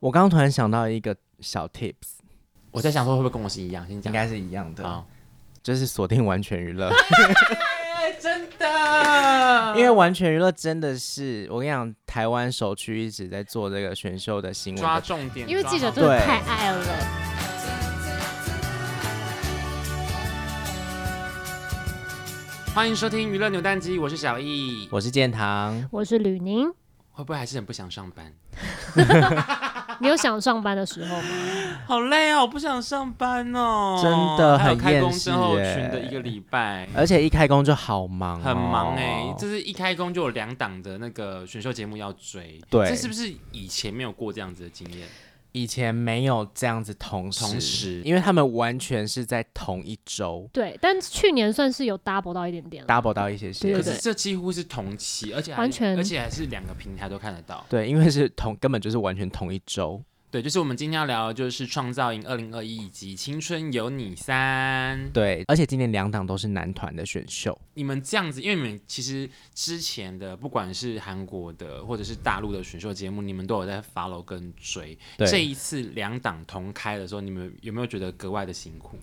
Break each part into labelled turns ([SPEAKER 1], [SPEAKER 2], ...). [SPEAKER 1] 我刚刚突然想到一个小 tips，
[SPEAKER 2] 我在想说会不会跟我是一样，先
[SPEAKER 1] 应
[SPEAKER 2] 讲。
[SPEAKER 1] 该是一样的，
[SPEAKER 2] 好，
[SPEAKER 1] 就是锁定完全娱 乐，
[SPEAKER 2] 哎，真的
[SPEAKER 1] 因为完全娱乐真的是我跟你讲，台湾首屈一直在做这个选秀的新闻
[SPEAKER 2] 抓
[SPEAKER 1] 的
[SPEAKER 2] 重点，
[SPEAKER 3] 因为记者
[SPEAKER 2] 抓
[SPEAKER 3] 真的
[SPEAKER 1] 对
[SPEAKER 3] 太爱了。
[SPEAKER 2] 好欢迎收听娱乐扭蛋机，我是小易。
[SPEAKER 1] 我是建堂，
[SPEAKER 3] 我是吕 宁，
[SPEAKER 2] 会不会还是很不想上班？
[SPEAKER 3] 你有想上班的时候吗？
[SPEAKER 2] 好累哦，我不想上班哦，
[SPEAKER 1] 真的
[SPEAKER 2] 还有
[SPEAKER 1] 很
[SPEAKER 2] 开工
[SPEAKER 1] 厌世
[SPEAKER 2] 症候群
[SPEAKER 1] 耶
[SPEAKER 2] 的一个礼
[SPEAKER 3] 哎
[SPEAKER 2] 拜。
[SPEAKER 1] 而且一开工就好忙哦、
[SPEAKER 2] 很忙哎、就是一开工就有两档的那个选秀节目要追，
[SPEAKER 1] 对
[SPEAKER 2] 这是不是以前没有过这样子的经验？
[SPEAKER 1] 以前没有这样子同时，
[SPEAKER 2] 同时
[SPEAKER 1] 因为他们完全是在同一周
[SPEAKER 3] 对，但去年算是有 double 到一点点了。
[SPEAKER 1] double 到一些些，
[SPEAKER 3] 对
[SPEAKER 2] 可
[SPEAKER 3] 对
[SPEAKER 2] 是这几乎是同期，而且还
[SPEAKER 3] 完全
[SPEAKER 2] 而且还是两个平台都看得到。
[SPEAKER 1] 对，因为是同根本就是完全同一周，
[SPEAKER 2] 对，就是我们今天要聊的就是《创造营二零二一》以及《青春有你三》。
[SPEAKER 1] 对，而且今年两档都是男团的选秀，
[SPEAKER 2] 你们这样子，因为你们其实之前的不管是韩国的或者是大陆的选秀节目，你们都有在 follow 跟追。
[SPEAKER 1] 对
[SPEAKER 2] 这一次两档同开的时候，你们有没有觉得格外的辛苦？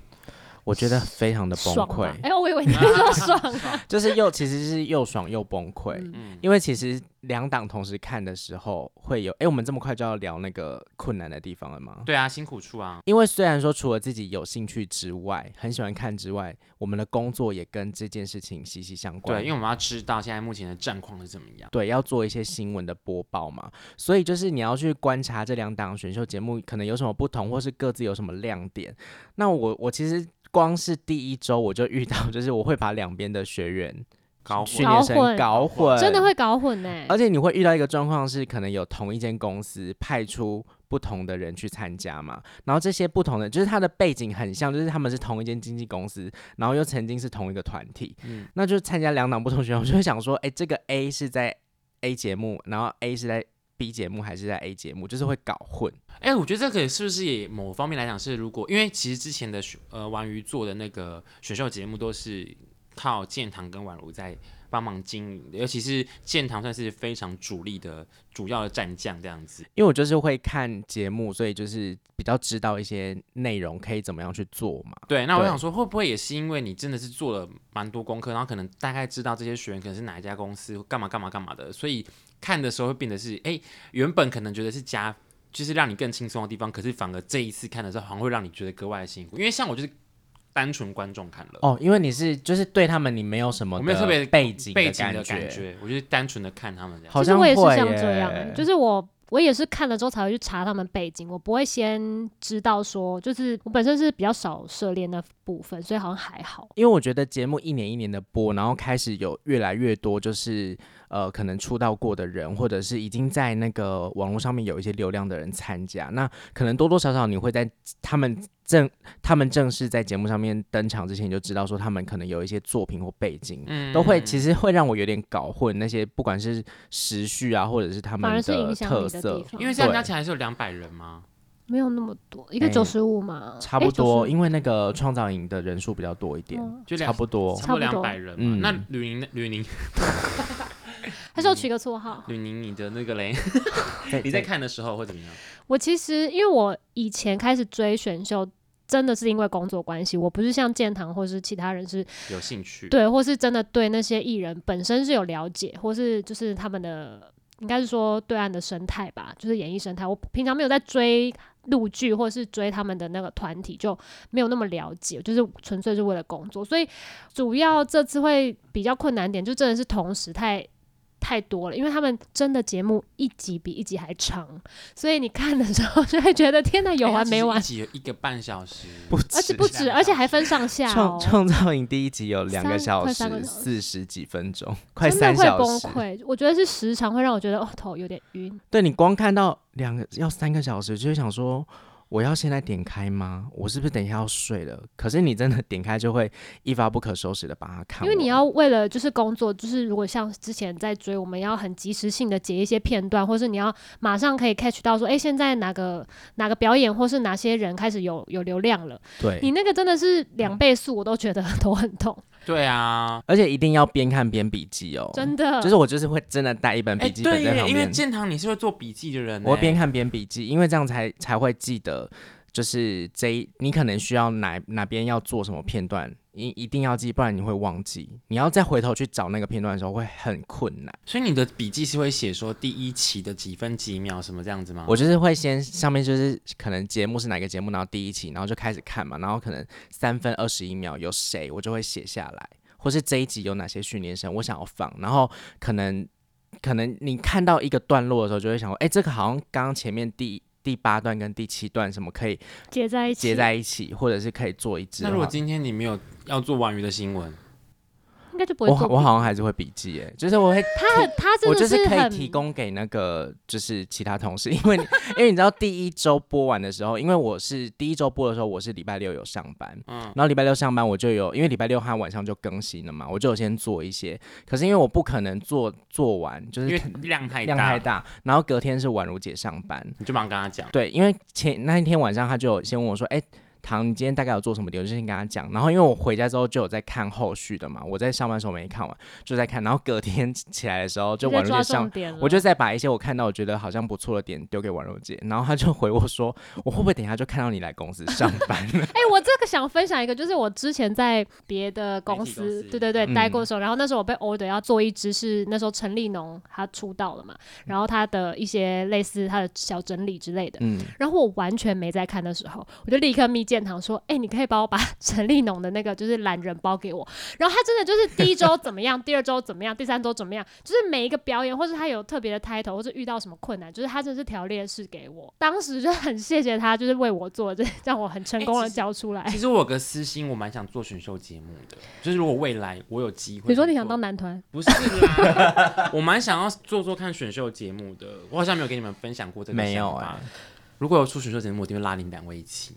[SPEAKER 1] 我觉得非常的崩
[SPEAKER 3] 爽
[SPEAKER 1] 溃
[SPEAKER 3] 吗，？哎、我以 为你会说爽啊。
[SPEAKER 1] 就是又其实是又爽又崩溃，
[SPEAKER 3] 嗯
[SPEAKER 2] 嗯
[SPEAKER 1] 因为其实两档同时看的时候会有，哎、我们这么快就要聊那个困难的地方了吗？
[SPEAKER 2] 对啊，辛苦处啊，
[SPEAKER 1] 因为虽然说除了自己有兴趣之外，很喜欢看之外，我们的工作也跟这件事情息息相关。
[SPEAKER 2] 对，因为我们要知道现在目前的战况是怎么样。
[SPEAKER 1] 对，要做一些新闻的播报嘛，所以就是你要去观察这两档选秀节目可能有什么不同，或是各自有什么亮点。那我我其实光是第一周我就遇到，就是我会把两边的学员
[SPEAKER 2] 高
[SPEAKER 1] 训
[SPEAKER 2] 混，
[SPEAKER 1] 练生
[SPEAKER 3] 搞混
[SPEAKER 1] 搞混，
[SPEAKER 3] 真的会搞混呢、
[SPEAKER 1] 而且你会遇到一个状况是，可能有同一间公司派出不同的人去参加嘛，然后这些不同的，就是他的背景很像，就是他们是同一间经纪公司，然后又曾经是同一个团体，
[SPEAKER 2] 嗯
[SPEAKER 1] 那就参加两档不同学校，我就会想说，哎、这个 A 是在 A 节目，然后 A 是在 B 节目还是在 A 节目，就是会搞混。
[SPEAKER 2] 哎、我觉得这个是不是也某方面来讲是，如果因为其实之前的选呃婉瑜做的那个选秀节目都是靠建堂跟婉如在帮忙经营的，尤其是建堂算是非常主力的主要的战将这样子。
[SPEAKER 1] 因为我就是会看节目，所以就是比较知道一些内容可以怎么样去做嘛。
[SPEAKER 2] 对，那我
[SPEAKER 1] 对
[SPEAKER 2] 想说，会不会也是因为你真的是做了蛮多功课，然后可能大概知道这些学员可能是哪一家公司干嘛干嘛干嘛的，所以看的时候会变得是，哎、原本可能觉得是加，就是让你更轻松的地方，可是反而这一次看的时候，好像会让你觉得格外的辛苦，因为像我就是单纯观众看了。
[SPEAKER 1] 哦，因为你是就是对他们你没有什么
[SPEAKER 2] 我没有特别
[SPEAKER 1] 的背景
[SPEAKER 2] 背
[SPEAKER 1] 的
[SPEAKER 2] 景的
[SPEAKER 1] 感
[SPEAKER 2] 感觉，我就是单纯的看他们这样。
[SPEAKER 1] 好
[SPEAKER 3] 其实
[SPEAKER 1] 像
[SPEAKER 3] 我也是
[SPEAKER 1] 会
[SPEAKER 3] 像这样、
[SPEAKER 1] 耶
[SPEAKER 3] 就是我我也是看了之后才会去查他们背景，我不会先知道说，就是我本身是比较少涉猎那部分，所以好像还好。
[SPEAKER 1] 因为我觉得节目一年一年的播，然后开始有越来越多就是呃可能出道过的人，或者是已经在那个网络上面有一些流量的人参加，那可能多多少少你会在他们正他们正式在节目上面登场之前，你就知道说他们可能有一些作品或背景。
[SPEAKER 2] 嗯
[SPEAKER 1] 都会，其实会让我有点搞混那些，不管是时序啊，或者是他
[SPEAKER 3] 反而
[SPEAKER 1] 们
[SPEAKER 3] 是影响
[SPEAKER 1] 特
[SPEAKER 3] 你的
[SPEAKER 1] 色
[SPEAKER 3] 地，方，
[SPEAKER 2] 因为这样加起来是有两百人吗？
[SPEAKER 3] 没有那么多，一个
[SPEAKER 1] 哎
[SPEAKER 3] 九十五嘛，
[SPEAKER 1] 差
[SPEAKER 3] 哎
[SPEAKER 1] 不多，
[SPEAKER 3] 95
[SPEAKER 1] 因为那个创造营的人数比较多一点，
[SPEAKER 3] 嗯
[SPEAKER 2] 就两
[SPEAKER 1] 差不 多。
[SPEAKER 2] 差不多
[SPEAKER 3] 差不
[SPEAKER 2] 两
[SPEAKER 3] 多
[SPEAKER 2] 百人嘛。
[SPEAKER 1] 嗯
[SPEAKER 2] 那吕宁呢，吕宁，
[SPEAKER 3] 还是要取个绰号。
[SPEAKER 2] 吕宁，你的那 个嘞，
[SPEAKER 1] 在
[SPEAKER 2] 你在看的时候会怎么样？
[SPEAKER 3] 我其实因为我以前开始追选秀，真的是因为工作关系，我不是像建堂或是其他人是
[SPEAKER 2] 有兴趣？
[SPEAKER 3] 对，或是真的对那些艺人本身是有了解，或是就是他们的应该是说对岸的生态吧，就是演艺生态。我平常没有在追陆剧或是追他们的那个团体，就没有那么了解，就是纯粹是为了工作。所以主要这次会比较困难点，就真的是同时太。太多了，因为他们真的节目一集比一集还长，所以你看的时候就 会觉得天哪，有
[SPEAKER 2] 哎
[SPEAKER 3] 完没完
[SPEAKER 2] 它，其实一集有一个半小时，
[SPEAKER 1] 不
[SPEAKER 3] 而且不
[SPEAKER 2] 两
[SPEAKER 3] 止，
[SPEAKER 2] 个
[SPEAKER 3] 而且
[SPEAKER 2] 小
[SPEAKER 3] 还分上下、
[SPEAKER 1] 创
[SPEAKER 3] 哦。
[SPEAKER 1] 创造营第一集有两个
[SPEAKER 3] 三
[SPEAKER 1] 小
[SPEAKER 3] 快三个
[SPEAKER 1] 时
[SPEAKER 3] 小时
[SPEAKER 1] 四十几分钟，快
[SPEAKER 3] 真的
[SPEAKER 1] 三
[SPEAKER 3] 会
[SPEAKER 1] 小
[SPEAKER 3] 崩
[SPEAKER 1] 时。
[SPEAKER 3] 溃。我觉得是时常会让我觉得哦头有点晕，
[SPEAKER 1] 对你光看到两个要三个小时，就会想说我要现在点开吗？我是不是等一下要睡了？可是你真的点开就会一发不可收拾的把它看
[SPEAKER 3] 因
[SPEAKER 1] 完，
[SPEAKER 3] 为你要为了就是工作，就是如果像之前在追，我们要很及时性的截一些片段，或是你要马上可以 catch 到说，哎、现在哪个哪个表演或是哪些人开始有有流量了，
[SPEAKER 1] 对嗯哦
[SPEAKER 3] 你那个真的是两倍速，我都觉得 头很痛。
[SPEAKER 2] 对啊，
[SPEAKER 1] 而且一定要边看边笔记哦。
[SPEAKER 3] 真的，
[SPEAKER 1] 就是我就是会真的带一本
[SPEAKER 2] 哎、
[SPEAKER 1] 笔记
[SPEAKER 2] 对
[SPEAKER 1] 本在
[SPEAKER 2] 耶，
[SPEAKER 1] 旁
[SPEAKER 2] 因为
[SPEAKER 1] 边，
[SPEAKER 2] 建堂你是会做笔记的人耶，欸
[SPEAKER 1] 我会边看边笔记，因为这样才才会记得，就是这一你可能需要哪哪边要做什么片段，一一定要记，不然你会忘记。你要再回头去找那个片段的时候会很困难。
[SPEAKER 2] 所以你的笔记是会写说第一期的几分几秒什么这样子吗？
[SPEAKER 1] 我就是会先上面就是可能节目是哪个节目，然后第一期，然后就开始看嘛，然后可能三分二十一秒有谁，我就会写下来，或是这一集有哪些训练生我想要放，然后可能可能你看到一个段落的时候，就会想说，哎、这个好像刚刚前面第第八段跟第七段什么可以
[SPEAKER 3] 结在一起，
[SPEAKER 1] 结在一起，或者是可以做一支
[SPEAKER 2] 那
[SPEAKER 1] 的
[SPEAKER 2] 如果
[SPEAKER 1] 话。
[SPEAKER 2] 今天你没有要做晚鱼的新闻，
[SPEAKER 3] 应该就不会
[SPEAKER 1] 我
[SPEAKER 3] 做
[SPEAKER 1] 好
[SPEAKER 3] 笔。
[SPEAKER 1] 我好像还是会笔记诶、就是我会
[SPEAKER 3] 他很他真
[SPEAKER 1] 我
[SPEAKER 3] 的
[SPEAKER 1] 就是可以
[SPEAKER 3] 很
[SPEAKER 1] 提供给那个就是其他同事，因为你因为你知道第一周播完的时候，因为我是第一周播的时候，我是礼拜六有上班，
[SPEAKER 2] 嗯
[SPEAKER 1] 然后礼拜六上班我就有，因为礼拜六他晚上就更新了嘛，我就有先做一些，可是因为我不可能做做完，就
[SPEAKER 2] 因为
[SPEAKER 1] 是
[SPEAKER 2] 量
[SPEAKER 1] 嗯
[SPEAKER 2] 太
[SPEAKER 1] 量
[SPEAKER 2] 大，
[SPEAKER 1] 太大，然后隔天是宛如姐上班，
[SPEAKER 2] 你就忙跟他讲。
[SPEAKER 1] 对，因为前那一天晚上他就有先问我说，哎、唐，你今天大概有做什么？我就先跟他讲。然后因为我回家之后就有在看后续的嘛，我在上班的时候没看完，就在看。然后隔天起来的时候，就宛
[SPEAKER 3] 在
[SPEAKER 1] 如
[SPEAKER 3] 抓
[SPEAKER 1] 姐上
[SPEAKER 3] 重点了，
[SPEAKER 1] 我就再把一些我看到我觉得好像不错的点丢给婉柔姐，然后她就回我说：“我会不会等一下就看到你来公司上班 了
[SPEAKER 3] 哎、我这个想分享一个，就是我之前在别的公司，
[SPEAKER 2] 媒体公司
[SPEAKER 3] 对对对，
[SPEAKER 1] 嗯。
[SPEAKER 3] 待过的时候，然后那时候我被 order 要做一支是那时候陈立农他出道了嘛，然后他的一些类似他的小整理之类的？”
[SPEAKER 1] 嗯，
[SPEAKER 3] 然后我完全没在看的时候，我就立刻密建堂说：“哎、你可以帮我把 陈立农的那个就是懒人包给我。”然后他真的就是第一周怎么样， 第二周怎么样，第三周怎么样，就是每一个表演，或是他有特别的 title，或是遇到什么困难，就是他真的是条列式给我。当时就很谢谢他，就是为我做这，让我很成功
[SPEAKER 2] 哎
[SPEAKER 3] 的
[SPEAKER 2] 其实
[SPEAKER 3] 交出来。
[SPEAKER 2] 其实我有个私心，我蛮想做选秀节目的，就是如果未来我有机会，
[SPEAKER 3] 你说你想当？男团？
[SPEAKER 2] 不是啦，我蛮想要做做看选秀节目的，我好像没有跟你们分享过这个
[SPEAKER 1] 没有
[SPEAKER 2] 哎、
[SPEAKER 1] 哎
[SPEAKER 2] 如果有出选秀节目，我一定会拉你们两位一起。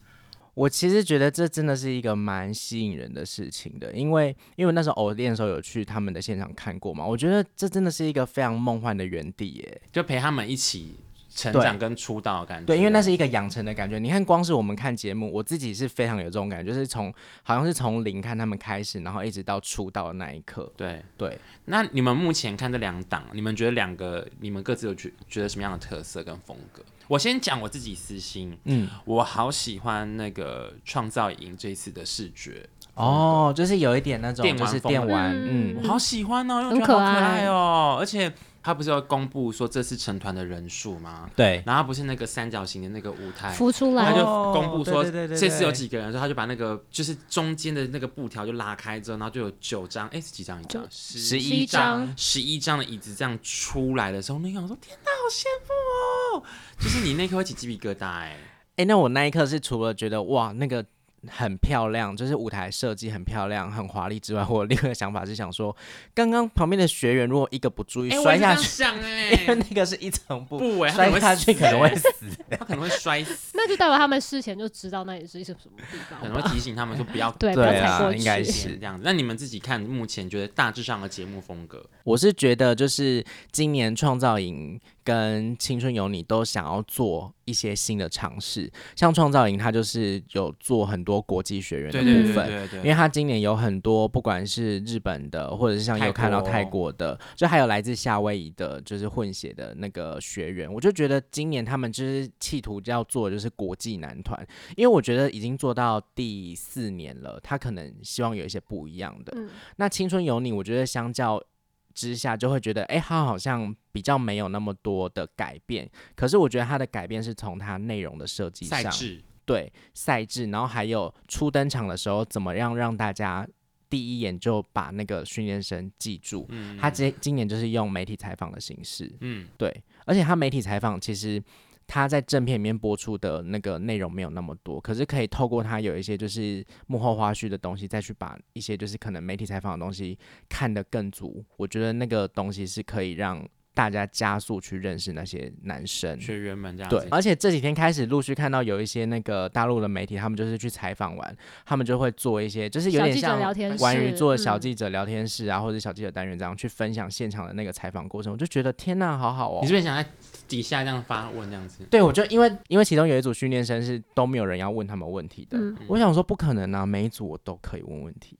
[SPEAKER 1] 我其实觉得这真的是一个蛮吸引人的事情的，因为因为那时候偶练的时候有去他们的现场看过嘛，我觉得这真的是一个非常梦幻的园地耶。
[SPEAKER 2] 就陪他们一起成
[SPEAKER 1] 对
[SPEAKER 2] 长跟出道的感觉。
[SPEAKER 1] 对，因为那是一
[SPEAKER 2] 个
[SPEAKER 1] 个养成的感觉。你看，光是我们看节目，我自己是非常有这种感觉，就是从好像是从零看他们开始，然后一直到出道的那一刻。
[SPEAKER 2] 对。
[SPEAKER 1] 对，
[SPEAKER 2] 那你们目前看这两档，你们觉得两个你们各自有觉觉得什么样的特色跟风格？我先讲我自己私心，
[SPEAKER 1] 嗯，
[SPEAKER 2] 我好喜欢那个创造营这一次的视觉，
[SPEAKER 1] 哦，就是有一点那
[SPEAKER 2] 电
[SPEAKER 1] 种就
[SPEAKER 2] 玩
[SPEAKER 1] 是
[SPEAKER 2] 风
[SPEAKER 1] 电
[SPEAKER 2] 的
[SPEAKER 1] 玩，
[SPEAKER 3] 嗯
[SPEAKER 1] 嗯
[SPEAKER 2] 我好喜欢哦，因为我
[SPEAKER 3] 很
[SPEAKER 2] 觉得好
[SPEAKER 3] 可
[SPEAKER 2] 可
[SPEAKER 3] 爱
[SPEAKER 2] 爱哦，而且他不是要公布说这次成团的人数吗？
[SPEAKER 1] 对，
[SPEAKER 2] 然后他不是那个三角形的那个舞台，
[SPEAKER 3] 浮出
[SPEAKER 2] 他
[SPEAKER 3] 来
[SPEAKER 2] 哎就
[SPEAKER 1] 哦
[SPEAKER 2] 公布说
[SPEAKER 1] 对对对对
[SPEAKER 2] 这次有几个人，然后他就把那个就是中间的那个布条就拉开之后，然后就有九张，哎，是几张？一张
[SPEAKER 3] 九
[SPEAKER 1] 十一
[SPEAKER 3] 11张
[SPEAKER 2] 十一张的椅子这样出来的时候，那个我说天哪，好羡慕哦！就是你那刻会起鸡皮疙瘩哎、
[SPEAKER 1] 哎、那我那一刻是除了觉得哇那个很漂亮，就是舞台设计很漂亮、很华丽之外，我有另一个想法是想说，刚刚旁边的学员如果一个不注意
[SPEAKER 2] 哎、我
[SPEAKER 1] 摔
[SPEAKER 2] 也是这
[SPEAKER 1] 下
[SPEAKER 2] 样
[SPEAKER 1] 去，
[SPEAKER 2] 想哎、
[SPEAKER 1] 因为 那个是一层布，
[SPEAKER 2] 不哎、他可能
[SPEAKER 1] 摔
[SPEAKER 2] 会
[SPEAKER 1] 下去
[SPEAKER 2] 死
[SPEAKER 1] 可能会
[SPEAKER 2] 欸
[SPEAKER 1] 死。
[SPEAKER 2] 他可能会摔死，
[SPEAKER 3] 那就代表他们事前就知道那里是一个什么地
[SPEAKER 2] 可
[SPEAKER 3] 方
[SPEAKER 2] 能
[SPEAKER 3] 吧。
[SPEAKER 2] 会提醒他们说不要
[SPEAKER 3] 对，不要
[SPEAKER 1] 对
[SPEAKER 3] 踩
[SPEAKER 1] 啊，
[SPEAKER 3] 过
[SPEAKER 1] 应该
[SPEAKER 3] 去。
[SPEAKER 1] 是
[SPEAKER 2] 这。样子。那你们自己看，目前觉得大致上的节目风格，
[SPEAKER 1] 我是觉得就是今年创造营跟青春有你都想要做一些新的尝试，像创造营它就是有做很多国际学员的
[SPEAKER 2] 对
[SPEAKER 1] 部
[SPEAKER 2] 对
[SPEAKER 1] 分，
[SPEAKER 2] 对对对
[SPEAKER 1] 因为他今年有很多，不管是日本的，或者是像有看到
[SPEAKER 2] 泰
[SPEAKER 1] 泰
[SPEAKER 2] 国
[SPEAKER 1] 国的，就还有来自夏威夷的，就是混血的那个学员，我就觉得今年他们就是企图要做的就是国际男团，因为我觉得已经做到第四年了，他可能希望有一些不一样的。
[SPEAKER 3] 嗯，
[SPEAKER 1] 那青春有你，我觉得相较之下就会觉得，哎、他好像比较没有那么多的改变，可是我觉得他的改变是从他内容的设计
[SPEAKER 2] 赛
[SPEAKER 1] 上。
[SPEAKER 2] 制
[SPEAKER 1] 对赛制，然后还有初登场的时候怎么样让大家第一眼就把那个训练生记住。
[SPEAKER 2] 嗯
[SPEAKER 1] 他今今年就是用媒体采访的形式，
[SPEAKER 2] 嗯
[SPEAKER 1] 对，而且他媒体采访其实他在正片里面播出的那个内容没有那么多，可是可以透过他有一些就是幕后花絮的东西，再去把一些就是可能媒体采访的东西看得更足。我觉得那个东西是可以让大家加速去认识那些男生。
[SPEAKER 2] 嗯学员们这样子
[SPEAKER 1] 对，而且这几天开始陆续看到有一些那个大陆的媒体，他们就是去采访完，他们就会做一些，就是有
[SPEAKER 3] 小
[SPEAKER 1] 点
[SPEAKER 3] 记者聊
[SPEAKER 1] 像
[SPEAKER 3] 天室，
[SPEAKER 1] 玩鱼做小
[SPEAKER 3] 嗯
[SPEAKER 1] 记者聊天室啊，或者小记者单元这样去分享现场的那个采访过程，我就觉得天呐，好好哦
[SPEAKER 2] 你。是不是想在底下这样发问这样子？
[SPEAKER 1] 对，我就因为因为其中有一组训练生是都没有人要问他们问题的，
[SPEAKER 3] 嗯
[SPEAKER 1] 我想说不可能啊，每一组我都可以问问题，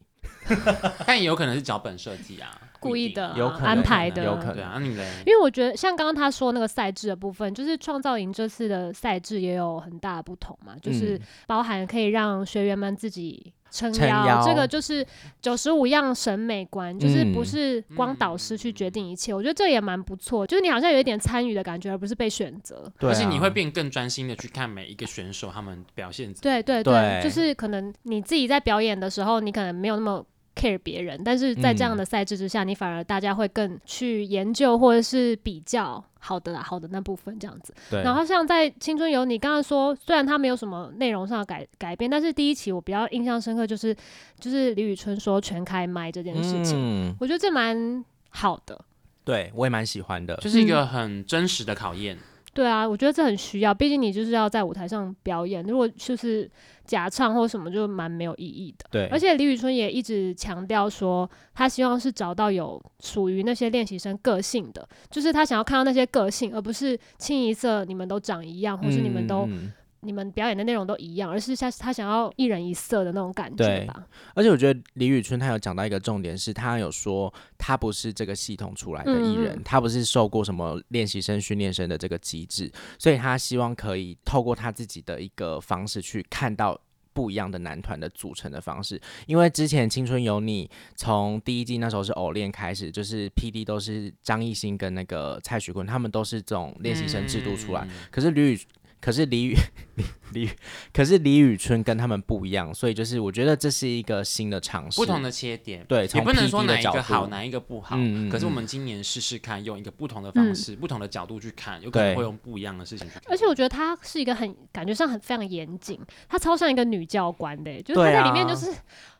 [SPEAKER 2] 但也有可能是脚本设计啊，不
[SPEAKER 3] 故
[SPEAKER 2] 一
[SPEAKER 3] 意
[SPEAKER 2] 定
[SPEAKER 3] 的
[SPEAKER 1] 有可能
[SPEAKER 3] 安排的，
[SPEAKER 1] 有可能
[SPEAKER 2] 对啊，那你嘞？
[SPEAKER 3] 因为我觉得像刚刚他说那个赛制的部分，就是创造营这次的赛制也有很大的不同嘛，就是
[SPEAKER 1] 嗯
[SPEAKER 3] 包含可以让学员们自己撑
[SPEAKER 1] 撑腰
[SPEAKER 3] 这个就是九十五样审美观，就是
[SPEAKER 1] 嗯
[SPEAKER 3] 不是光导师去决定一切，我觉得这也蛮不错，就是你好像有一点参与的感觉，而不是被选择。
[SPEAKER 1] 对、啊，
[SPEAKER 2] 而且你会变更专心的去看每一个选手他们表现怎么
[SPEAKER 3] 对对
[SPEAKER 1] 对
[SPEAKER 3] 就是可能你自己在表演的时候，你可能没有那么 care 别人，但是在
[SPEAKER 1] 嗯
[SPEAKER 3] 这样的赛制之下，你反而大家会更去研究或者是比较好的啦好的那部分这样子。
[SPEAKER 1] 对，
[SPEAKER 3] 然后像在《青春有你》，刚刚说虽然它没有什么内容上的改改变，但是第一期我比较印象深刻就是就是李宇春说全开麦这件事情，
[SPEAKER 1] 嗯，
[SPEAKER 3] 我觉得这蛮好的。
[SPEAKER 1] 对我也蛮喜欢的，
[SPEAKER 2] 就是一个很真实的考验。
[SPEAKER 3] 对啊，我觉得这很需要，毕竟你就是要在舞台上表演，如果就是假唱或什么，就蛮没有意义的。
[SPEAKER 1] 对，
[SPEAKER 3] 而
[SPEAKER 1] 且
[SPEAKER 3] 且李宇春也一直强调说，他希望是找到有属于那些练习生个性的，就是他想要看到那些个性，而不是清一色你们都长一样，或是你们都
[SPEAKER 1] 嗯嗯
[SPEAKER 3] 你们表演的内容都一样，而是像他想要一人一色的那种感觉
[SPEAKER 1] 对
[SPEAKER 3] 吧。
[SPEAKER 1] 而且我觉得李宇春她有讲到一个重点是，她有说她不是这个系统出来的艺人，
[SPEAKER 3] 嗯嗯
[SPEAKER 1] 她不是受过什么练习生、训练生的这个机制，所以她希望可以透过她自己的一个方式去看到。不一样的男团的组成的方式，因为之前《青春有你》从第一季那时候是偶练开始，就是 P D 都是张艺兴跟那个蔡徐坤，他们都是这种练习生制度出来，
[SPEAKER 2] 嗯，
[SPEAKER 1] 可是李宇，可是李宇， 李李，可是李宇春跟他们不一样，所以就是我觉得这是一个新的尝试，
[SPEAKER 2] 不同的切点，
[SPEAKER 1] 对，
[SPEAKER 2] 也
[SPEAKER 1] 从
[SPEAKER 2] 不能
[SPEAKER 1] PD
[SPEAKER 2] 说
[SPEAKER 1] 的
[SPEAKER 2] 哪一
[SPEAKER 1] 角
[SPEAKER 2] 个
[SPEAKER 1] 度
[SPEAKER 2] 好，哪一个不好。
[SPEAKER 1] 嗯嗯
[SPEAKER 2] 可是我
[SPEAKER 1] 嗯
[SPEAKER 2] 们今年试试看，用一个不同的方式、不同的角度去看，有可能
[SPEAKER 1] 对
[SPEAKER 2] 会用不一样的事情去看。
[SPEAKER 3] 而且我觉得他是一个很感觉上很非常严谨，他超像一个女教官的欸、就是他
[SPEAKER 1] 对啊
[SPEAKER 3] 在里面就是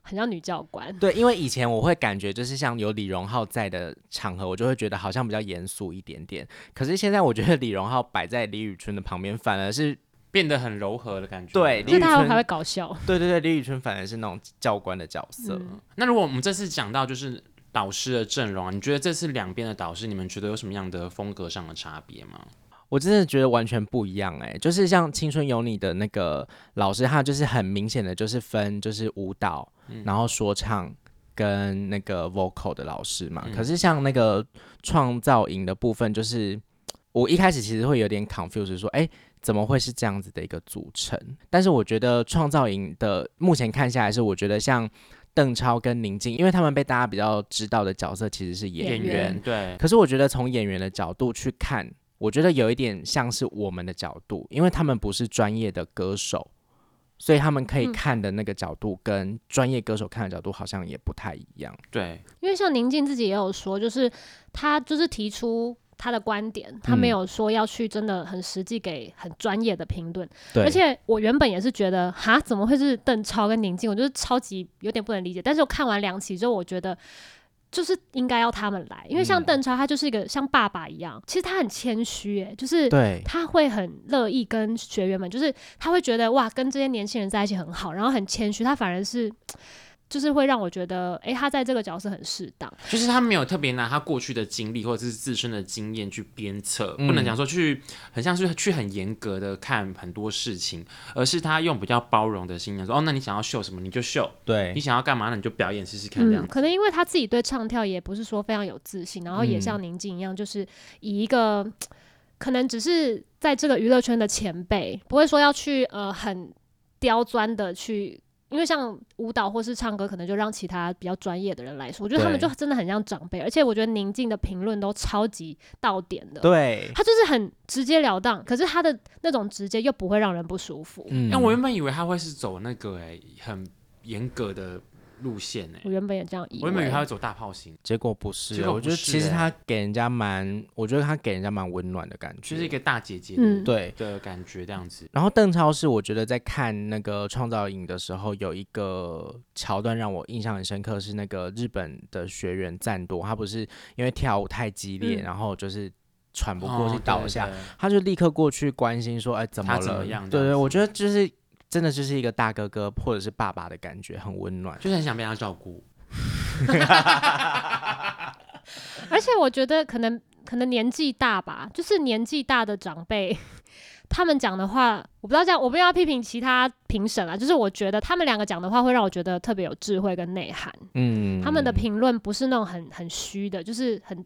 [SPEAKER 3] 很像女教官。
[SPEAKER 1] 对，因为以前我会感觉就是像有李荣浩在的场合，我就会觉得好像比较严肃一点点。可是现在我觉得李荣浩摆在李宇春的旁边，反而是
[SPEAKER 2] 变得很柔和的感觉。
[SPEAKER 1] 对
[SPEAKER 3] 所以他
[SPEAKER 1] 李宇春
[SPEAKER 3] 还会搞笑，
[SPEAKER 1] 对对对，李宇春反而是那种教官的角色。
[SPEAKER 3] 嗯
[SPEAKER 2] 那如果我们这次讲到就是导师的阵容啊，你觉得这次两边的导师，你们觉得有什么样的风格上的差别吗？
[SPEAKER 1] 我真的觉得完全不一样哎、就是像《青春有你》的那个老师，他就是很明显的就是分就是舞蹈，然后说唱跟那个 vocal 的老师嘛。
[SPEAKER 2] 嗯
[SPEAKER 1] 可是像那个创造营的部分，就是我一开始其实会有点 confused，说哎、诶怎么会是这样子的一个组成？但是我觉得创造营的目前看下来是，我觉得像邓超跟宁静，因为他们被大家比较知道的角色其实是
[SPEAKER 3] 演员
[SPEAKER 1] 员
[SPEAKER 2] 对，
[SPEAKER 1] 可是我觉得从演员的角度去看，我觉得有一点像是我们的角度，因为他们不是专业的歌手，所以他们可以
[SPEAKER 3] 嗯
[SPEAKER 1] 看的那个角度跟专业歌手看的角度好像也不太一样。
[SPEAKER 2] 对，
[SPEAKER 3] 因为像宁静自己也有说，就是他就是提出他的观点，他
[SPEAKER 1] 嗯
[SPEAKER 3] 没有说要去真的很实际给很专业的评论。
[SPEAKER 1] 对，
[SPEAKER 3] 而且我原本也是觉得，哈，怎么会是邓超跟宁静？我就是超级有点不能理解。但是我看完两期之后，我觉得就是应该要他们来，因为像
[SPEAKER 1] 嗯
[SPEAKER 3] 邓超他就是一个像爸爸一样，其实他很谦虚，诶，就是
[SPEAKER 1] 对
[SPEAKER 3] 他会很乐意跟学员们，就是他会觉得哇，跟这些年轻人在一起很好，然后很谦虚，他反而是。就是会让我觉得，诶，他在这个角色很适当。
[SPEAKER 2] 就是他没有特别拿他过去的经历或者是自身的经验去鞭策，不
[SPEAKER 1] 嗯
[SPEAKER 2] 能讲说去很像是去很严格的看很多事情，而是他用比较包容的心情说，哦，那你想要秀什么你就秀，你
[SPEAKER 1] 对
[SPEAKER 2] 想要干嘛那你就表演试试看这样
[SPEAKER 3] 嗯，
[SPEAKER 2] 子。
[SPEAKER 3] 可能因为他自己对唱跳也不是说非常有自信，然后也
[SPEAKER 1] 嗯
[SPEAKER 3] 像宁静一样，就是以一个、可能只是在这个娱乐圈的前辈，不会说要去呃很刁钻的去。因为像舞蹈或是唱歌，可能就让其他比较专业的人来说，我觉得他们就
[SPEAKER 1] 对
[SPEAKER 3] 真的很像长辈，而且我觉得宁静的评论都超级到点的，
[SPEAKER 1] 对，
[SPEAKER 3] 他就是很直截了当，可是他的那种直接又不会让人不舒服。
[SPEAKER 1] 嗯
[SPEAKER 2] 哎、我原本以为他会是走那个哎、很严格的路线哎、
[SPEAKER 3] 我原本也这样以
[SPEAKER 2] 我原本以为
[SPEAKER 3] 为
[SPEAKER 2] 他，会走大炮型，
[SPEAKER 1] 结果不是，啊
[SPEAKER 2] 结果
[SPEAKER 1] 我
[SPEAKER 2] 不
[SPEAKER 1] 觉得
[SPEAKER 2] 是
[SPEAKER 1] 其实
[SPEAKER 2] 欸
[SPEAKER 1] 他给人家蛮，我觉得他给人家蛮温暖的感觉，
[SPEAKER 2] 就是一个大姐姐的,、
[SPEAKER 3] 嗯
[SPEAKER 1] 对。
[SPEAKER 2] 的感觉这样子。
[SPEAKER 1] 然后邓超是我觉得在看那个创造营的时候，有一个桥段让我印象很深刻，是那个日本的学员赞多，他不是因为跳舞太激烈，
[SPEAKER 3] 嗯
[SPEAKER 1] 然后就是喘不
[SPEAKER 2] 哦
[SPEAKER 1] 过去倒下，
[SPEAKER 2] 对对
[SPEAKER 1] 他就立刻过去关心说：“哎，怎么
[SPEAKER 2] 他
[SPEAKER 1] 了？”
[SPEAKER 2] 怎么样
[SPEAKER 1] 对
[SPEAKER 2] 这
[SPEAKER 1] 对，
[SPEAKER 2] 样
[SPEAKER 1] 我
[SPEAKER 2] 子
[SPEAKER 1] 觉得就是真的就是一个大哥哥或者是爸爸的感觉，很温暖。
[SPEAKER 2] 就是很想被他照顾。
[SPEAKER 3] 而且我觉得可能可能年纪大吧，就是年纪大的长辈， 他们讲的话，我不知道这样，我不要批评其他评审啊，就是我觉得他们两个讲的话会让我觉得特别有智慧跟内涵。
[SPEAKER 1] 嗯，
[SPEAKER 3] 他们的评论不是那种很很虚的，就是很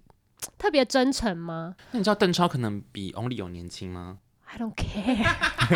[SPEAKER 3] 特别真诚吗
[SPEAKER 2] 那你知道邓超可能比 Only 有年轻吗？
[SPEAKER 3] ？I don't care。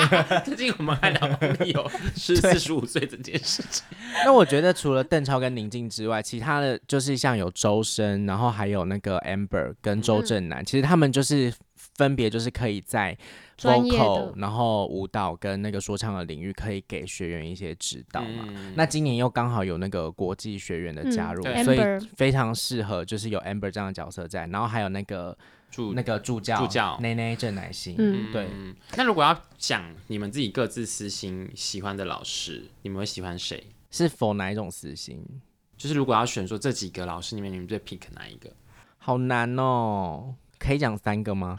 [SPEAKER 2] 最近我们还聊 Only 有是四十五岁这件事情。
[SPEAKER 1] 那我觉得除了邓超跟宁静之外，其他的就是像有周深，然后还有那个 Amber 跟周
[SPEAKER 2] 嗯
[SPEAKER 1] 震南，其实他们就是分别就是可以在
[SPEAKER 3] 专业的
[SPEAKER 1] vocal，然后舞蹈跟那个说唱的领域可以给学员一些指导嘛。
[SPEAKER 2] 嗯
[SPEAKER 1] 那今年又刚好有那个国际学员的加入，
[SPEAKER 2] 对
[SPEAKER 1] 所以
[SPEAKER 3] Amber
[SPEAKER 1] 非常适合就是有 Amber 这样的角色在，然后还有那个
[SPEAKER 2] 祝
[SPEAKER 1] 那个助教
[SPEAKER 2] 助教
[SPEAKER 1] 奈奈郑乃馨，
[SPEAKER 3] 嗯
[SPEAKER 1] 对，
[SPEAKER 2] 嗯那如果要讲你们自己各自私心喜欢的老师，你们会喜欢谁？
[SPEAKER 1] 是否哪一种私心？
[SPEAKER 2] 就是如果要选说这几个老师里面，你们最 pick 哪一个？
[SPEAKER 1] 好难哦，可以讲三个 吗？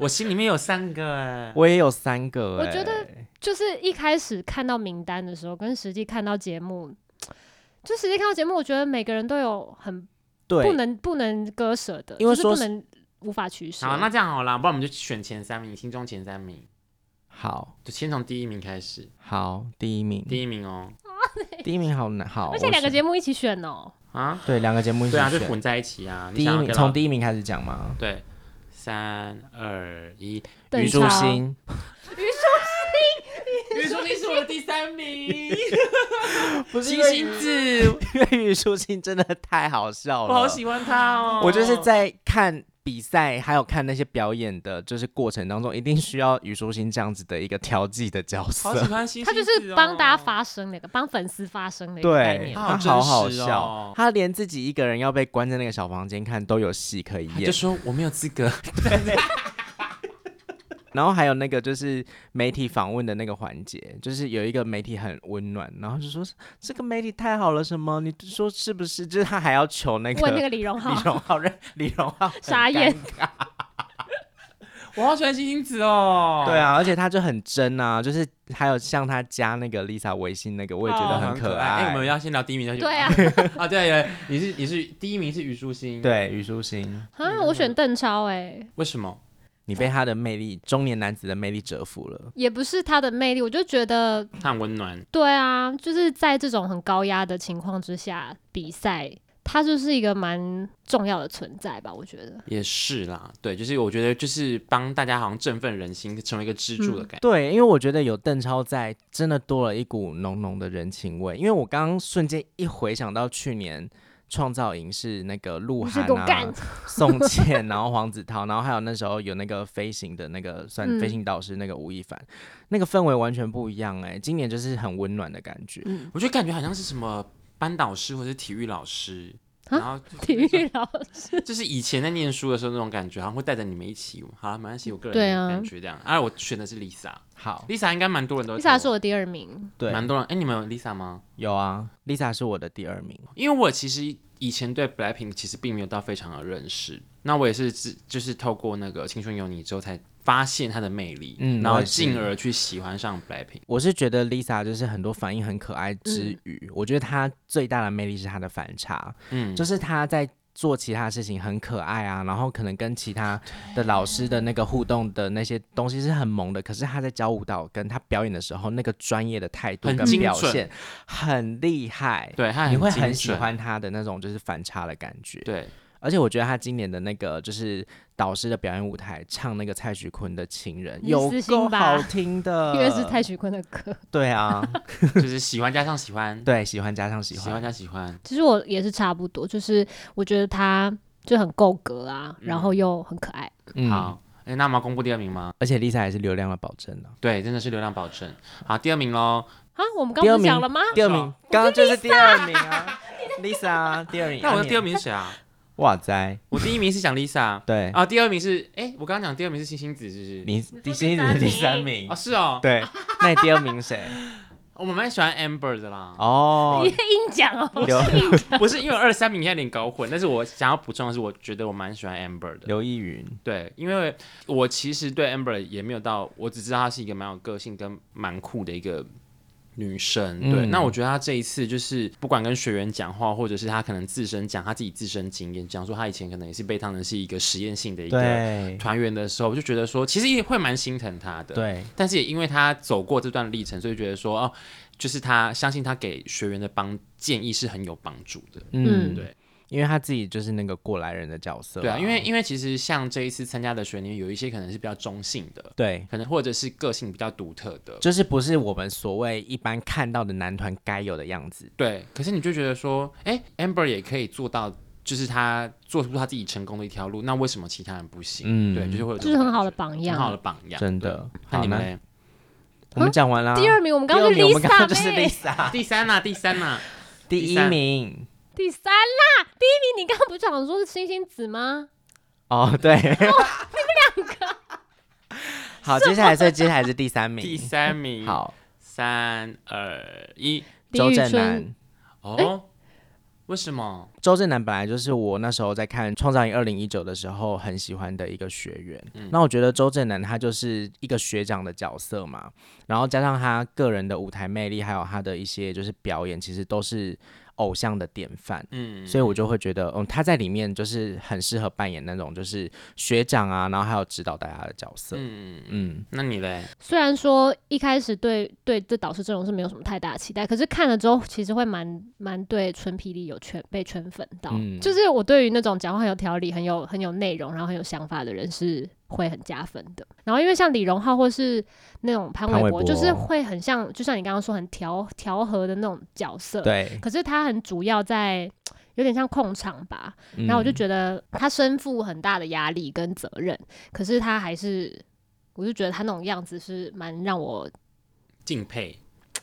[SPEAKER 2] 我心里面有三个哎，
[SPEAKER 1] 我也有三个、
[SPEAKER 3] 我
[SPEAKER 1] 哎
[SPEAKER 3] 觉得就是一开始看到名单的时候，跟实际看到节目，就实际看到节目，我觉得每个人都有很
[SPEAKER 1] 对，
[SPEAKER 3] 不能不能割舍的，
[SPEAKER 1] 因为
[SPEAKER 3] 就是
[SPEAKER 1] 说
[SPEAKER 3] 不
[SPEAKER 1] 是
[SPEAKER 3] 能无法取
[SPEAKER 1] 啊
[SPEAKER 3] 舍。
[SPEAKER 2] 好，那这样好啦，不然我们就选前三名，心中前三名，
[SPEAKER 1] 好
[SPEAKER 2] 就先从第一名开始。
[SPEAKER 1] 好，第一名，
[SPEAKER 2] 第一名哦，
[SPEAKER 1] 第一名好难，好，
[SPEAKER 3] 而且两个
[SPEAKER 1] 目
[SPEAKER 3] 节目一起选哦、
[SPEAKER 2] 啊，
[SPEAKER 1] 对两个节目一起
[SPEAKER 2] 对啊，就
[SPEAKER 1] 选
[SPEAKER 2] 混在一起啊。你
[SPEAKER 1] 第一
[SPEAKER 2] 想要
[SPEAKER 1] 名
[SPEAKER 2] 给
[SPEAKER 1] 从
[SPEAKER 2] 老
[SPEAKER 1] 第一名开始讲吗？
[SPEAKER 2] 对，三二一，
[SPEAKER 3] 邓
[SPEAKER 1] 虞
[SPEAKER 3] 超
[SPEAKER 1] 书欣，
[SPEAKER 2] 虞书欣是我的第三名，
[SPEAKER 1] 不
[SPEAKER 2] 星星子，
[SPEAKER 1] 因为虞书欣真的太好笑
[SPEAKER 2] 我
[SPEAKER 1] 了，
[SPEAKER 2] 好喜欢他哦。
[SPEAKER 1] 我就是在看比赛，还有看那些表演的，就是过程当中，一定需要虞书欣这样子的一个调剂的角
[SPEAKER 2] 好喜
[SPEAKER 1] 色。
[SPEAKER 2] 欢星星
[SPEAKER 3] 他
[SPEAKER 2] 子
[SPEAKER 3] 就
[SPEAKER 2] 哦，
[SPEAKER 3] 是帮大家发声的一个，帮粉丝发声的一个概
[SPEAKER 1] 对，
[SPEAKER 3] 念。
[SPEAKER 1] 他
[SPEAKER 2] 他好
[SPEAKER 1] 好
[SPEAKER 2] 好
[SPEAKER 1] 好
[SPEAKER 2] 真实
[SPEAKER 1] 笑，
[SPEAKER 2] 哦
[SPEAKER 1] 他连自己一个人要被关在那个小房间看都有戏可以
[SPEAKER 2] 他
[SPEAKER 1] 演
[SPEAKER 2] 就。说我没有资格，
[SPEAKER 1] 然后还有那个就是媒体访问的那个环节，就是有一个媒体很温暖，然后就说这个媒体太好了，什么？你说是不是？就是他还要求那个
[SPEAKER 3] 问那个李荣浩
[SPEAKER 1] 李，荣浩，让李荣浩很
[SPEAKER 3] 傻眼
[SPEAKER 1] 尴尬
[SPEAKER 2] 我好喜欢星星子哦。
[SPEAKER 1] 对，啊，而且他就很真啊，就是还有像他加那个 Lisa 微信那个，我也觉
[SPEAKER 2] 都
[SPEAKER 1] 得
[SPEAKER 3] 哦
[SPEAKER 1] 很
[SPEAKER 2] 可
[SPEAKER 1] 可
[SPEAKER 2] 爱。哎，我们
[SPEAKER 1] 爱。
[SPEAKER 2] 要先聊第一名，要先
[SPEAKER 3] 对啊，
[SPEAKER 2] 啊，对对，你是你是第一名是虞书欣，，
[SPEAKER 1] 对，虞书欣，
[SPEAKER 3] 啊，我选邓超、哎，
[SPEAKER 2] 为什么？
[SPEAKER 1] 你
[SPEAKER 2] 哦
[SPEAKER 1] 被他的魅力，中年男子的魅力折服了。
[SPEAKER 3] 也不是他的魅力，我就觉得，
[SPEAKER 2] 他很温暖，
[SPEAKER 3] 对啊，就是在这种很高压的情况之下比赛，他就是一个蛮重要的存在吧，我觉得。
[SPEAKER 2] 也是啦，对，就是我觉得就是帮大家好像振奋人心，成为一个支
[SPEAKER 1] 嗯
[SPEAKER 2] 柱的感觉。
[SPEAKER 1] 对，因为我觉得有邓超在，真的多了一股浓浓的人情味。因为我刚刚瞬间一回想到去年创造营是那个鹿
[SPEAKER 3] 你是
[SPEAKER 1] 晗
[SPEAKER 3] 给我干
[SPEAKER 1] 啊、宋 茜，然后黄子韬，然后还有那时候有那个飞行的那个算
[SPEAKER 3] 嗯
[SPEAKER 1] 飞行导师那个吴亦凡，那个氛围完全不一样哎、今年就是很温暖的感觉。
[SPEAKER 3] 嗯
[SPEAKER 2] 我就感觉好像是什么班导师或者是体育老师，
[SPEAKER 3] 啊
[SPEAKER 2] 然后
[SPEAKER 3] 体育老师，
[SPEAKER 2] 就是以前在念书的时候那种感觉，好像会带着你们一起。好了，没关系，我个人
[SPEAKER 3] 对啊
[SPEAKER 2] 的感觉这样。啊，我选的是 Lisa，Lisa
[SPEAKER 1] 好，
[SPEAKER 2] 应该蛮多人都
[SPEAKER 3] Lisa 是我第二名，
[SPEAKER 1] 对，
[SPEAKER 2] 蛮多人。哎、你们有 Lisa 吗？
[SPEAKER 1] 有啊，Lisa 是我的第二名。
[SPEAKER 2] 因为我其实以前对 Blackpink 其实并没有到非常的认识，那我也是只就是透过那个《青春有你》之后才发现她的魅力，
[SPEAKER 1] 嗯
[SPEAKER 2] 然后
[SPEAKER 1] 我也是
[SPEAKER 2] 进而去喜欢上 Blackpink。
[SPEAKER 1] 我是觉得 Lisa 就是很多反应很可爱之余，我觉得她最大的魅力是她的反差，
[SPEAKER 2] 嗯，
[SPEAKER 1] 就是她在做其他事情很可爱啊，然后可能跟其他的老师的那个互动的那些东西是很萌的，可是她在教舞蹈跟她表演的时候，那个专业的态度
[SPEAKER 2] 很
[SPEAKER 1] 跟
[SPEAKER 2] 精
[SPEAKER 1] 表
[SPEAKER 2] 准
[SPEAKER 1] 现很厉害，
[SPEAKER 2] 对，她
[SPEAKER 1] 你会
[SPEAKER 2] 很
[SPEAKER 1] 很
[SPEAKER 2] 精
[SPEAKER 1] 喜
[SPEAKER 2] 准。
[SPEAKER 1] 欢她的那种就是反差的感觉。
[SPEAKER 2] 对，
[SPEAKER 1] 而且我觉得她今年的那个就是导师的表演舞台唱那个蔡徐坤的《情人》，
[SPEAKER 3] 你是
[SPEAKER 1] 有
[SPEAKER 3] 私心
[SPEAKER 1] 够
[SPEAKER 3] 吧
[SPEAKER 1] 好听的，
[SPEAKER 3] 因为是蔡徐坤的歌。
[SPEAKER 1] 对啊，
[SPEAKER 2] 就是喜欢加上喜欢，
[SPEAKER 1] 对，喜欢加上喜
[SPEAKER 2] 喜
[SPEAKER 1] 欢
[SPEAKER 2] 欢，加喜欢，
[SPEAKER 3] 其实我也是差不多，就是我觉得他就很够格啊，然后又很可爱。
[SPEAKER 1] 嗯，
[SPEAKER 2] 好。哎，那我们要公布第二名吗？
[SPEAKER 1] 而且 Lisa 还是流量的保证啊呢、
[SPEAKER 2] 对，真的是流量保证。好，第二名喽。
[SPEAKER 3] 啊，我们刚
[SPEAKER 1] 第二
[SPEAKER 3] 刚不
[SPEAKER 1] 名
[SPEAKER 3] 是讲了吗？
[SPEAKER 1] 第二名，刚刚就是第二名 啊，Lisa 啊第二名。
[SPEAKER 2] 那我的
[SPEAKER 1] 啊
[SPEAKER 2] 第二，名是谁啊？
[SPEAKER 1] 哇塞，
[SPEAKER 2] 我第一名是讲 Lisa
[SPEAKER 1] 对，
[SPEAKER 2] 啊，第二名是哎，我刚刚讲第二名是星星子，是不是？
[SPEAKER 1] 你第星子
[SPEAKER 3] 三
[SPEAKER 1] 是第
[SPEAKER 3] 名
[SPEAKER 1] 三名
[SPEAKER 2] 啊，，是哦，
[SPEAKER 1] 对，那你第二名谁？
[SPEAKER 2] 我蛮喜欢 Amber 的啦。
[SPEAKER 1] 哦
[SPEAKER 3] 你，硬讲哦，
[SPEAKER 1] 刘
[SPEAKER 2] 不是因为二三名现在有点搞混，但是我想要补充的是，我觉得我蛮喜欢 Amber 的。
[SPEAKER 1] 刘亦云，
[SPEAKER 2] 对，因为我其实对 Amber 也没有到，我只知道她是一个蛮有个性跟蛮酷的一个女生，
[SPEAKER 1] 嗯
[SPEAKER 2] 对，那我觉得她这一次就是不管跟学员讲话，或者是她可能自身讲她自己自身经验，讲说她以前可能也是被当成是一个实验性的一个
[SPEAKER 1] 对
[SPEAKER 2] 团员的时候，我就觉得说其实也会蛮心疼她的，
[SPEAKER 1] 对，
[SPEAKER 2] 但是也因为他走过这段历程，所以觉得说哦，就是他相信他给学员的帮建议是很有帮助的。
[SPEAKER 1] 嗯，
[SPEAKER 2] 对，
[SPEAKER 1] 因为他自己就是那个过来人的角色嘛，
[SPEAKER 2] 对啊，因为因为其实像这一次参加的学员里面，有一些可能是比较中性的，
[SPEAKER 1] 对。
[SPEAKER 2] 可能或者是个性比较独特的。
[SPEAKER 1] 就是不是我们所谓一般看到的男团该有的样子，
[SPEAKER 2] 对，可是你就觉得说，哎，Amber 也可以做到，就是他做出他自己成功的一条路，那为什么其他人不行？
[SPEAKER 1] 嗯
[SPEAKER 2] 对，就是会有这
[SPEAKER 3] 就
[SPEAKER 2] 种
[SPEAKER 3] 是很好
[SPEAKER 2] 感
[SPEAKER 3] 的
[SPEAKER 2] 觉
[SPEAKER 3] 榜
[SPEAKER 2] 很好
[SPEAKER 3] 样
[SPEAKER 2] 的。榜样。
[SPEAKER 1] 真的。
[SPEAKER 2] 那
[SPEAKER 1] 好，
[SPEAKER 2] 你们
[SPEAKER 1] 那
[SPEAKER 2] 嘞
[SPEAKER 1] 我们讲完啦。
[SPEAKER 3] 第二名，我们刚
[SPEAKER 1] 第
[SPEAKER 3] 刚
[SPEAKER 1] 二
[SPEAKER 3] 是
[SPEAKER 1] 名我们刚刚
[SPEAKER 3] Lisa
[SPEAKER 1] 就是
[SPEAKER 3] 妹，
[SPEAKER 1] Lisa，
[SPEAKER 2] 第三啦、第三啦、 啊
[SPEAKER 1] 第
[SPEAKER 2] 第
[SPEAKER 1] 一
[SPEAKER 2] 三
[SPEAKER 1] 名。
[SPEAKER 3] 第三啦，第一名，你刚刚不是讲说是星星子吗？
[SPEAKER 1] 哦，对，你们两个。 好，接下来所以接下来是 第三名。
[SPEAKER 2] 第三名。，
[SPEAKER 1] 好，
[SPEAKER 2] 三二一，
[SPEAKER 3] 李
[SPEAKER 1] 周
[SPEAKER 3] 宇
[SPEAKER 1] 震
[SPEAKER 3] 春
[SPEAKER 1] 南。
[SPEAKER 2] 哦，为什么？
[SPEAKER 1] 周震南本来就是我那时候在看《创造营二零一九》的时候很喜欢的一个学员。
[SPEAKER 2] 嗯
[SPEAKER 1] 那我觉得周震南他就是一个学长的角色嘛，然后加上他个人的舞台魅力，还有他的一些就是表演，其实都是偶像的典范。
[SPEAKER 2] 嗯，
[SPEAKER 1] 所以我就会觉得，嗯，他在里面就是很适合扮演那种就是学长啊，然后还有指导大家的角色。
[SPEAKER 2] 嗯，
[SPEAKER 1] 嗯，
[SPEAKER 2] 那你嘞？
[SPEAKER 3] 虽然说一开始对对这导师阵容是没有什么太大期待，可是看了之后，其实会蛮蛮对纯霹雳有圈被圈粉到。
[SPEAKER 1] 嗯
[SPEAKER 3] 就是我对于那种讲话很有条理、很有很有内容，然后很有想法的人是会很加分的。然后因为像李荣浩或是那种潘
[SPEAKER 1] 潘
[SPEAKER 3] 玮
[SPEAKER 1] 玮
[SPEAKER 3] 柏，
[SPEAKER 1] 柏
[SPEAKER 3] 就是会很像，就像你刚刚说很调调和的那种角色。。
[SPEAKER 1] 对。
[SPEAKER 2] 嗯
[SPEAKER 3] 可是他很主要在有点像控场吧，
[SPEAKER 1] 嗯
[SPEAKER 3] 然后我就觉得他身负很大的压力跟责任，可是他还是，我就觉得他那种样子是蛮让我
[SPEAKER 2] 敬佩，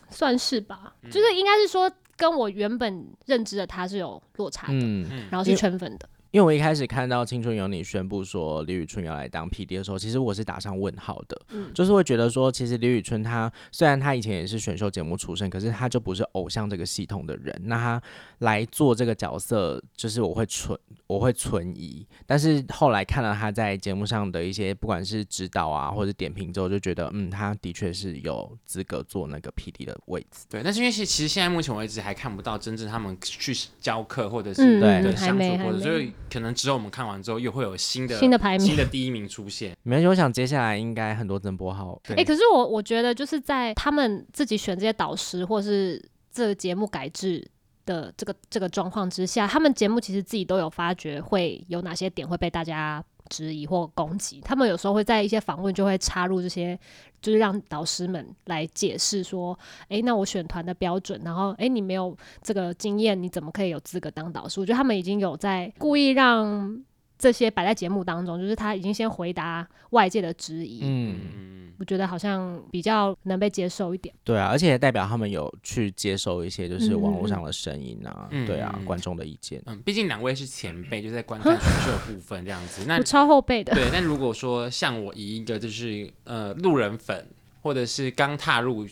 [SPEAKER 3] 算是吧，
[SPEAKER 2] 嗯
[SPEAKER 3] 就是应该是说跟我原本认知的他是有落差的，
[SPEAKER 1] 嗯，
[SPEAKER 2] 嗯，
[SPEAKER 3] 然后是圈粉的，
[SPEAKER 1] 因为我一开始看到《青春有你》宣布说李宇春要来当 PD 的时候，其实我是打上问号的，
[SPEAKER 3] 嗯
[SPEAKER 1] 就是会觉得说，其实李宇春她虽然她以前也是选秀节目出身，可是她就不是偶像这个系统的人，那她来做这个角色，就是我会存我会存疑，但是后来看了她在节目上的一些不管是指导啊或者点评之后，就觉得嗯，她的确是有资格做那个 PD 的位置，
[SPEAKER 2] 对，但是因为其其实现在目前为止还看不到真正他们去教课或者
[SPEAKER 3] 嗯，
[SPEAKER 2] 是
[SPEAKER 1] 对
[SPEAKER 2] 对
[SPEAKER 3] 嗯还
[SPEAKER 2] 相处
[SPEAKER 3] 没还
[SPEAKER 2] 过的，所以
[SPEAKER 3] 没
[SPEAKER 2] 可能只有我们看完之后又会有新的
[SPEAKER 3] 新的排
[SPEAKER 2] 新
[SPEAKER 3] 名。
[SPEAKER 2] 的第一名出现。
[SPEAKER 1] 没关系，我想接下来应该很多曾波浩，
[SPEAKER 3] 哎、可是我我觉得就是在他们自己选这些导师或是这个节目改制的这个这个状况之下，他们节目其实自己都有发觉会有哪些点会被大家质疑或攻击。他们有时候会在一些访问就会插入这些，就是让导师们来解释说，诶，那我选团的标准，然后诶，你没有这个经验，你怎么可以有资格当导师？我觉得他们已经有在故意让。这些摆在节目当中，就是他已经先回答外界的质疑，
[SPEAKER 1] 嗯。
[SPEAKER 2] 嗯，
[SPEAKER 3] 我觉得好像比较能被接受一点。
[SPEAKER 1] 对啊，而且也代表他们有去接受一些就是网络上的声音啊，
[SPEAKER 2] 嗯嗯嗯嗯
[SPEAKER 1] 对啊
[SPEAKER 2] 嗯，嗯
[SPEAKER 1] 观众的意见。
[SPEAKER 2] 嗯，毕竟两位是前辈，就在观
[SPEAKER 3] 啊
[SPEAKER 2] 看选秀的部分这样子。那
[SPEAKER 3] 我超后背的，
[SPEAKER 2] 对，但如果说像我以一个就是呃路人粉，或者是刚踏入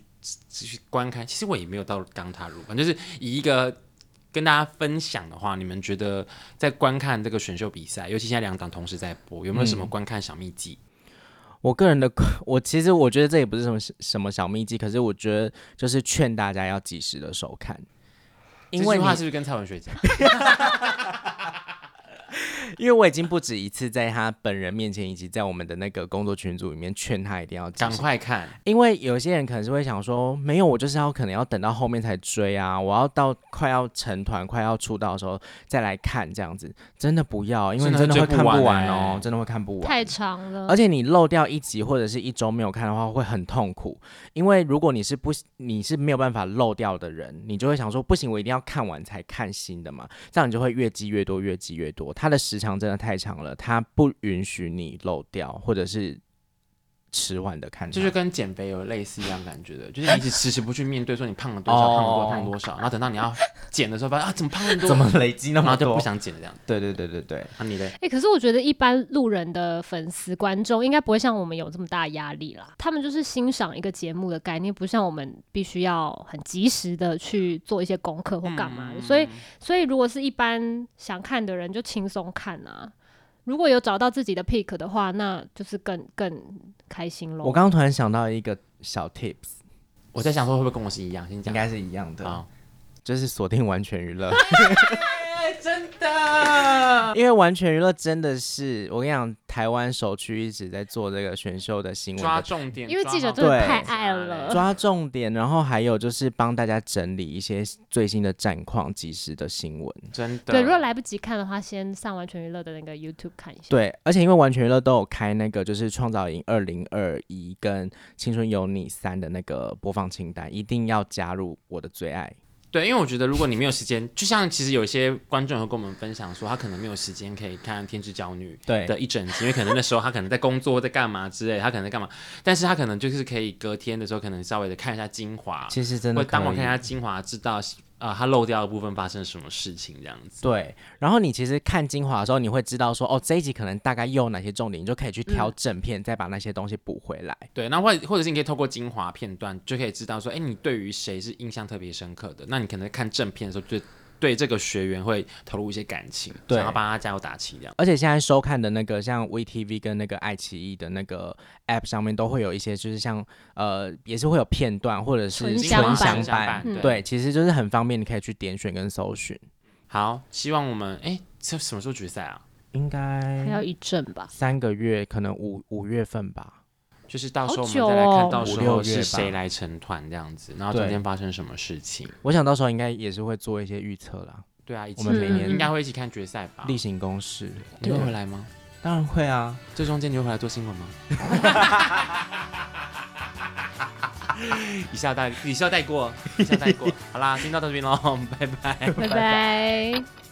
[SPEAKER 2] 只是观看，其实我也没有到刚踏入，反正就是以一个跟大家分享的话，你们觉得在观看这个选秀比赛，尤其现在两档同时在播，有没有什么
[SPEAKER 3] 嗯
[SPEAKER 2] 观看小秘籍？
[SPEAKER 1] 我个人的，我其实我觉得这也不是什么什么小秘籍，可是我觉得就是劝大家要及时的收看，因
[SPEAKER 2] 这
[SPEAKER 1] 为
[SPEAKER 2] 句
[SPEAKER 1] 你
[SPEAKER 2] 话是不是跟蔡文学 讲？
[SPEAKER 1] 因为我已经不止一次在他本人面前，以及在我们的那个工作群组里面劝他一定要及
[SPEAKER 2] 赶
[SPEAKER 1] 时
[SPEAKER 2] 快看，
[SPEAKER 1] 因为有些人可能是会想说，没有，我就是要可能要等到后面才追啊，我要到快要成团、快要出道的时候再来看这样子，真的不要，因为你
[SPEAKER 2] 真
[SPEAKER 1] 真
[SPEAKER 2] 的
[SPEAKER 1] 的会
[SPEAKER 2] 追
[SPEAKER 1] 看
[SPEAKER 2] 不完
[SPEAKER 1] 不完
[SPEAKER 2] 欸
[SPEAKER 1] 哦，真的会看不完。
[SPEAKER 3] 太长了。
[SPEAKER 1] 而且你漏掉一集或者是一周没有看的话，会很痛苦，因为如果你是不你是没有办法漏掉的人，你就会想说不行，我一定要看完才看新的嘛，这样你就会越积越多，越积越多。它的时长真的太长了，它不允许你漏掉或者是迟晚的看它，
[SPEAKER 2] 就是跟减肥有类似一样感觉的，就是你一直迟迟不去面对，说你胖了多少，
[SPEAKER 1] 哦
[SPEAKER 2] 胖了多少，胖了多少，然后等到你要减的时候，发现啊怎么胖那么多，
[SPEAKER 1] 怎么累积那
[SPEAKER 2] 然后
[SPEAKER 1] 么
[SPEAKER 2] 就
[SPEAKER 1] 多？
[SPEAKER 2] 啊不想减了这样。
[SPEAKER 1] 对对对对对，
[SPEAKER 2] 啊，你嘞？
[SPEAKER 3] 哎、可是我觉得一般路人的粉丝观众应该不会像我们有这么大的压力啦。他们就是欣赏一个节目的概念，不像我们必须要很及时的去做一些功课或干
[SPEAKER 1] 嗯
[SPEAKER 2] 嗯
[SPEAKER 3] 嘛的。所以，所以如果是一般想看的人，就轻松看啊。如果有找到自己的 pick 的话，那就是更更开心喽。
[SPEAKER 1] 我刚刚突然想到一个小 tips，
[SPEAKER 2] 我在想说会不会跟我是一样，先
[SPEAKER 1] 应
[SPEAKER 2] 讲。啊
[SPEAKER 1] 该是啊一样的，
[SPEAKER 2] 好，
[SPEAKER 1] 就是锁定完全娱乐。
[SPEAKER 2] 哎，真的，
[SPEAKER 1] 因为完全娱乐真的是，我跟你讲，台湾首屈一指在做这个选秀的新闻
[SPEAKER 2] 抓
[SPEAKER 1] 的
[SPEAKER 2] 重点，
[SPEAKER 3] 因为
[SPEAKER 2] 抓
[SPEAKER 3] 记者
[SPEAKER 2] 好
[SPEAKER 3] 真的
[SPEAKER 1] 对
[SPEAKER 3] 太爱了，
[SPEAKER 1] 抓重点，然后还有就是帮大家整理一些最新的战况、及时的新闻。
[SPEAKER 2] 真的。
[SPEAKER 3] 对，如果来不及看的话，先上完全娱乐的那个 YouTube 看一下。
[SPEAKER 1] 对，而且因为完全娱乐都有开那个就是《创造营二零二一》跟《青春有你三》的那个播放清单，一定要加入我的最爱。
[SPEAKER 2] 对，因为我觉得如果你没有时间，就像其实有一些观众会跟我们分享说，他可能没有时间可以看《天之娇女》
[SPEAKER 1] 对
[SPEAKER 2] 的一整集，因为可能那时候他可能在工作在干嘛之类，他可能在干嘛，但是他可能就是可以隔天的时候，可能稍微的看一下精华，
[SPEAKER 1] 其实真
[SPEAKER 2] 或
[SPEAKER 1] 的
[SPEAKER 2] 当
[SPEAKER 1] 可
[SPEAKER 2] 晚
[SPEAKER 1] 以
[SPEAKER 2] 看一下精华，知道啊、呃、他漏掉的部分发生什么事情这样子。
[SPEAKER 1] 对，然后你其实看精华的时候，你会知道说，哦，这一集可能大概又有哪些重点，你就可以去挑正片，再把那些东西补回来。
[SPEAKER 2] 对，那或或者是你可以透过精华片段，就可以知道说，哎，你对于谁是印象特别深刻的？那你可能看正片的时候，就对这个学员会投入一些感情，
[SPEAKER 1] 对
[SPEAKER 2] 想要帮他加油打气这样。
[SPEAKER 1] 而且现在收看的那个像 VTV 跟那个爱奇艺的那个 App 上面都会有一些，就是像呃，也是会有片段或者是
[SPEAKER 3] 纯
[SPEAKER 1] 纯
[SPEAKER 3] 享版
[SPEAKER 1] 享
[SPEAKER 2] 纯享版嗯
[SPEAKER 1] 对，其实就是很方便，你可以去点选跟搜寻。
[SPEAKER 2] 好，希望我们哎，这什么时候决赛啊？
[SPEAKER 1] 应
[SPEAKER 3] 还
[SPEAKER 1] 该
[SPEAKER 3] 要一阵吧。
[SPEAKER 1] 三个月，可能五五月份吧。
[SPEAKER 2] 就是到时候我
[SPEAKER 3] 好
[SPEAKER 2] 们
[SPEAKER 3] 久
[SPEAKER 2] 再来看，
[SPEAKER 3] 哦
[SPEAKER 2] 到
[SPEAKER 1] 五
[SPEAKER 2] 时
[SPEAKER 1] 六
[SPEAKER 2] 候
[SPEAKER 1] 月吧
[SPEAKER 2] 是谁来成团这样子，然后
[SPEAKER 1] 对
[SPEAKER 2] 中间发生什么事情？
[SPEAKER 1] 我想到时候应该也是会做一些预测啦，
[SPEAKER 2] 对啊，一起
[SPEAKER 1] 我们每
[SPEAKER 3] 嗯
[SPEAKER 2] 应
[SPEAKER 1] 年
[SPEAKER 2] 该会一起看决赛吧？
[SPEAKER 1] 例行公事。
[SPEAKER 2] 你会回来吗？
[SPEAKER 1] 啊当然会啊，
[SPEAKER 2] 这中间你会回来做新 闻吗？一下带，一下带过，一下带过。好啦，今天到这边喽，拜拜。
[SPEAKER 3] 拜拜。